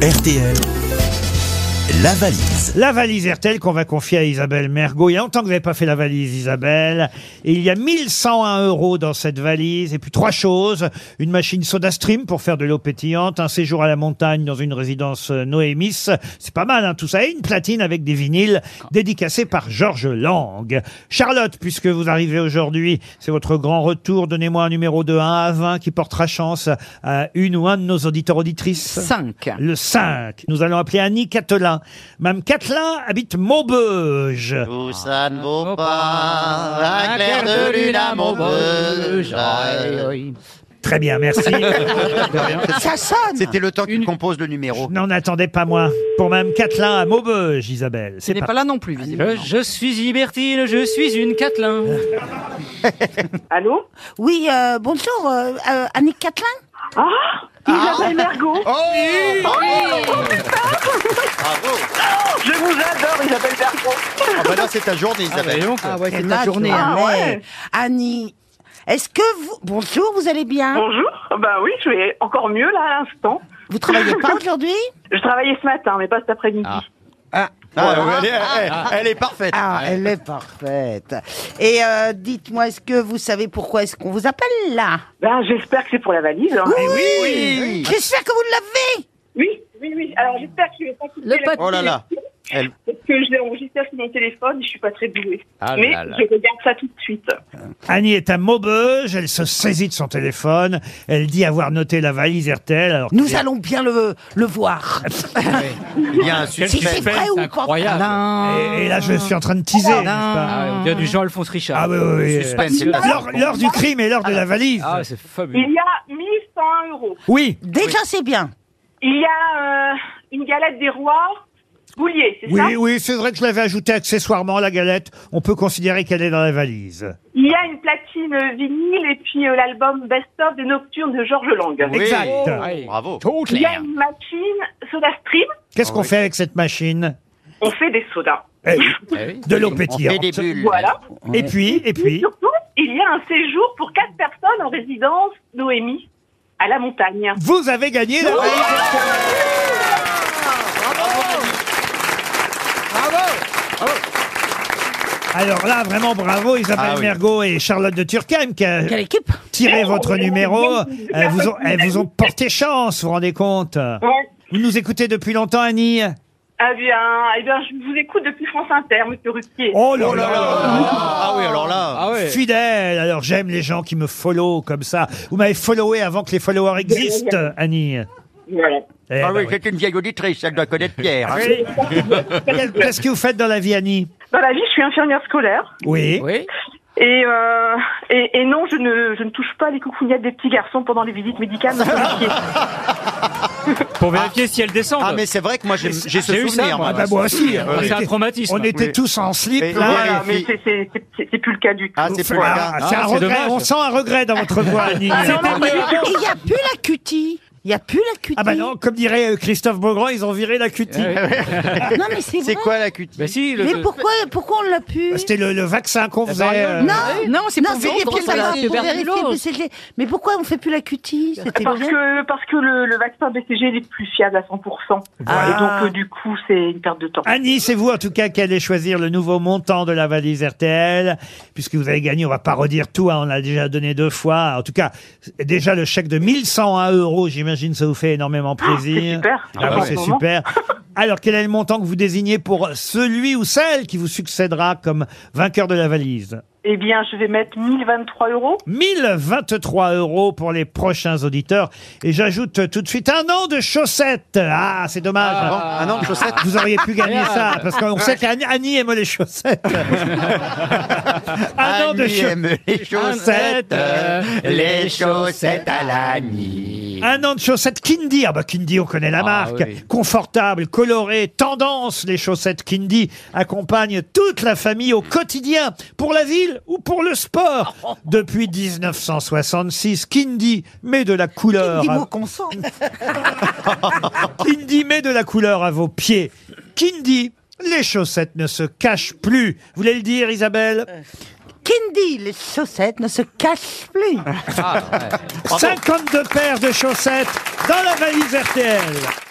RTL, la valise. La valise RTL qu'on va confier à Isabelle Mergot. Il y a longtemps que vous n'avez pas fait la valise, Isabelle. Et il y a 1101 euros dans cette valise. Et puis trois choses. Une machine soda stream pour faire de l'eau pétillante. Un séjour à la montagne dans une résidence euh, Noémis. C'est pas mal, hein, tout ça. Et une platine avec des vinyles dédicacés par Georges Lang. Charlotte, puisque vous arrivez aujourd'hui, c'est votre grand retour. Donnez-moi un numéro de 1 à 20 qui portera chance à une ou un de nos auditeurs auditrices. 5. Le 5. Nous allons appeler Annie Catelin. Mme Catelin habite Maubeuge. Tout ça ne vaut pas un clair de Ah, lune à Maubeuge. Ah, Très bien, merci. Ça sonne C'était le temps qu'il compose le numéro. N'en attendez pas moins. Pour Mme Catelin à Maubeuge, Isabelle. Tu C'est n'es pas... pas là non plus, visiblement. Euh, Je suis libertine, je suis une Catelin. Allô Oui, euh, bonjour, euh, euh, Annick Catlin Ah Isabelle Mergot Oh. Ah, Bravo Je vous adore Isabelle Mergot Ah bah là, c'est ta journée, Isabelle. Ah ouais, c'est Quelle ta vache, journée. ah hein. ouais. ouais. Annie, est-ce que vous... Bonjour, vous allez bien Bonjour Bah oui, je vais encore mieux là à l'instant. Vous travaillez pas aujourd'hui Je travaillais ce matin, mais pas cet après-midi. Ah, ouais, elle, est, elle- elle est parfaite. Ah, elle est parfaite. Et euh, dites-moi, est-ce que vous savez pourquoi est-ce qu'on vous appelle là Ben, j'espère que c'est pour la valise. hein. oui. J'espère que vous l'avez Oui, oui, oui. Alors j'espère que je vais pas couper Le la pot- Oh là là. Elle- Parce que je l'ai enregistré sur mon téléphone, je suis pas très douée. Ah mais là là. je regarde ça tout de suite. Annie est à Maubeuge, elle se saisit de son téléphone, elle dit avoir noté la valise RTL. Alors Nous allons bien le, le voir. Il y a un Quel Si c'est suspect. suspense vrai ou pas incroyable. et, et là, je suis en train de teaser. n'est-ce pas Ah ouais, on dirait du Jean-Alphonse Richard. Ah oui, oui, oui. Suspense. c'est pas- L'heure l'heure du crime et l'heure de la valise. Ah, c'est Ah. fabuleux. Il y a 1101 euros. Oui, Déjà, c'est bien. Il y a euh, une galette des rois Boulier, c'est ça oui, oui, c'est vrai que je l'avais ajouté accessoirement, la galette. On peut considérer qu'elle est dans la valise. Il y a une platine euh, vinyle et puis euh, l'album Best of des Nocturnes de Georges Lang. Oui. Exact. Ah, Ouais. Bravo. Il y a une machine soda stream. Qu'est-ce qu'on fait avec cette machine On fait des sodas. Eh oui, oui. De l'eau On fait pétillante. des bulles. Voilà. Et puis, et puis, Surtout, il y a un séjour pour quatre personnes en résidence Noémie à la montagne. vous avez gagné la valise RTL. Alors là, vraiment bravo Isabelle Ah oui. Mergot et Charlotte de Turckheim qui a Quelle équipe tiré votre numéro. Elles vous, ont, elles vous ont porté chance, vous vous rendez compte Ouais. Vous nous écoutez depuis longtemps, Annie Eh bien, eh bien, je vous écoute depuis France Inter, monsieur Ruquier. Oh là là Ah oui, alors là. Ah ouais. Fidèle Alors j'aime les gens qui me follow comme ça. Vous m'avez followé avant que les followers existent, Annie. Voilà. Eh Ah ben oui, c'est une vieille auditrice, elle doit connaître Pierre. hein. oui. Qu'est- Qu'est-ce que vous faites dans la vie, Annie Dans la vie, je suis infirmière scolaire. Oui. Oui. Et, euh, et, et non, je ne, je ne touche pas les coucougnettes des petits garçons pendant les visites médicales. monsieur Ruquier. Pour vérifier si elle descend. Ah mais c'est vrai que moi j'ai j'ai ce J'ai eu ça, souvenir. moi. Ah bah moi aussi. Ah, on c'est était- un traumatisme. On était Oui. tous en slip. Et- là. Voilà, mais vérifie. c'est- c'est c'est- ah, c'est plus le cas du tout. Ah, c'est Ah, pour le gars. c'est un Ah, c'est regret. dommage. On sent un regret dans votre voix, Annie. Et il n'y a plus la cutie. Il n'y a plus la cutie. Ah bah non, comme dirait euh, Christophe Beaugrand, ils ont viré la cutie. Non, mais c'est vrai. C'est quoi la cutie Bah si, le- Mais pourquoi, pourquoi on l'a pu Bah, C'était le, le vaccin qu'on faisait. euh, Non, Non, c'est non, pour c'est vendre pour sur la savoir, pour tuberculose. vérifier, mais c'était- Mais pourquoi on fait plus la cutie C'était Parce bien. que, parce que le, le vaccin BCG il est plus fiable à 100%. Voilà. Et donc, euh, du coup, c'est une perte de temps. Annie, c'est vous en tout cas qui allez choisir le nouveau montant de la valise RTL, puisque vous avez gagné, on va pas redire tout, hein, on l'a déjà donné deux fois. En tout cas, déjà le chèque de 1101 euros, j'imagine ça vous fait énormément C'est plaisir. super. Ah ouais, En ce c'est moment. super. Alors, quel est le montant que vous désignez pour celui ou celle qui vous succédera comme vainqueur de la valise Eh bien, je vais mettre 1023 euros. 1023 euros pour les prochains auditeurs. Et j'ajoute tout de suite un an de chaussettes. Ah, c'est dommage. Ah bon Ah non, de chaussettes Vous auriez pu gagner ça, parce qu'on sait qu'Annie Annie aime les chaussettes. Un an de Annie cha- aime les chaussettes, euh, les chaussettes à l'Annie. Un an de chaussettes Kindy. Ah bah Kindy, on connaît la marque. oui. Confortable, coloré, tendance. Les chaussettes Kindy accompagnent toute la famille au quotidien, pour la ville ou pour le sport. Depuis 1966, Kindy met de la couleur. à- Dis-moi qu'on sent. Kindy met de la couleur à vos pieds. Kindy, les chaussettes ne se cachent plus. Vous voulez le dire, Isabelle Kindy, les chaussettes ne se cachent plus. 52 paires de chaussettes dans la valise RTL.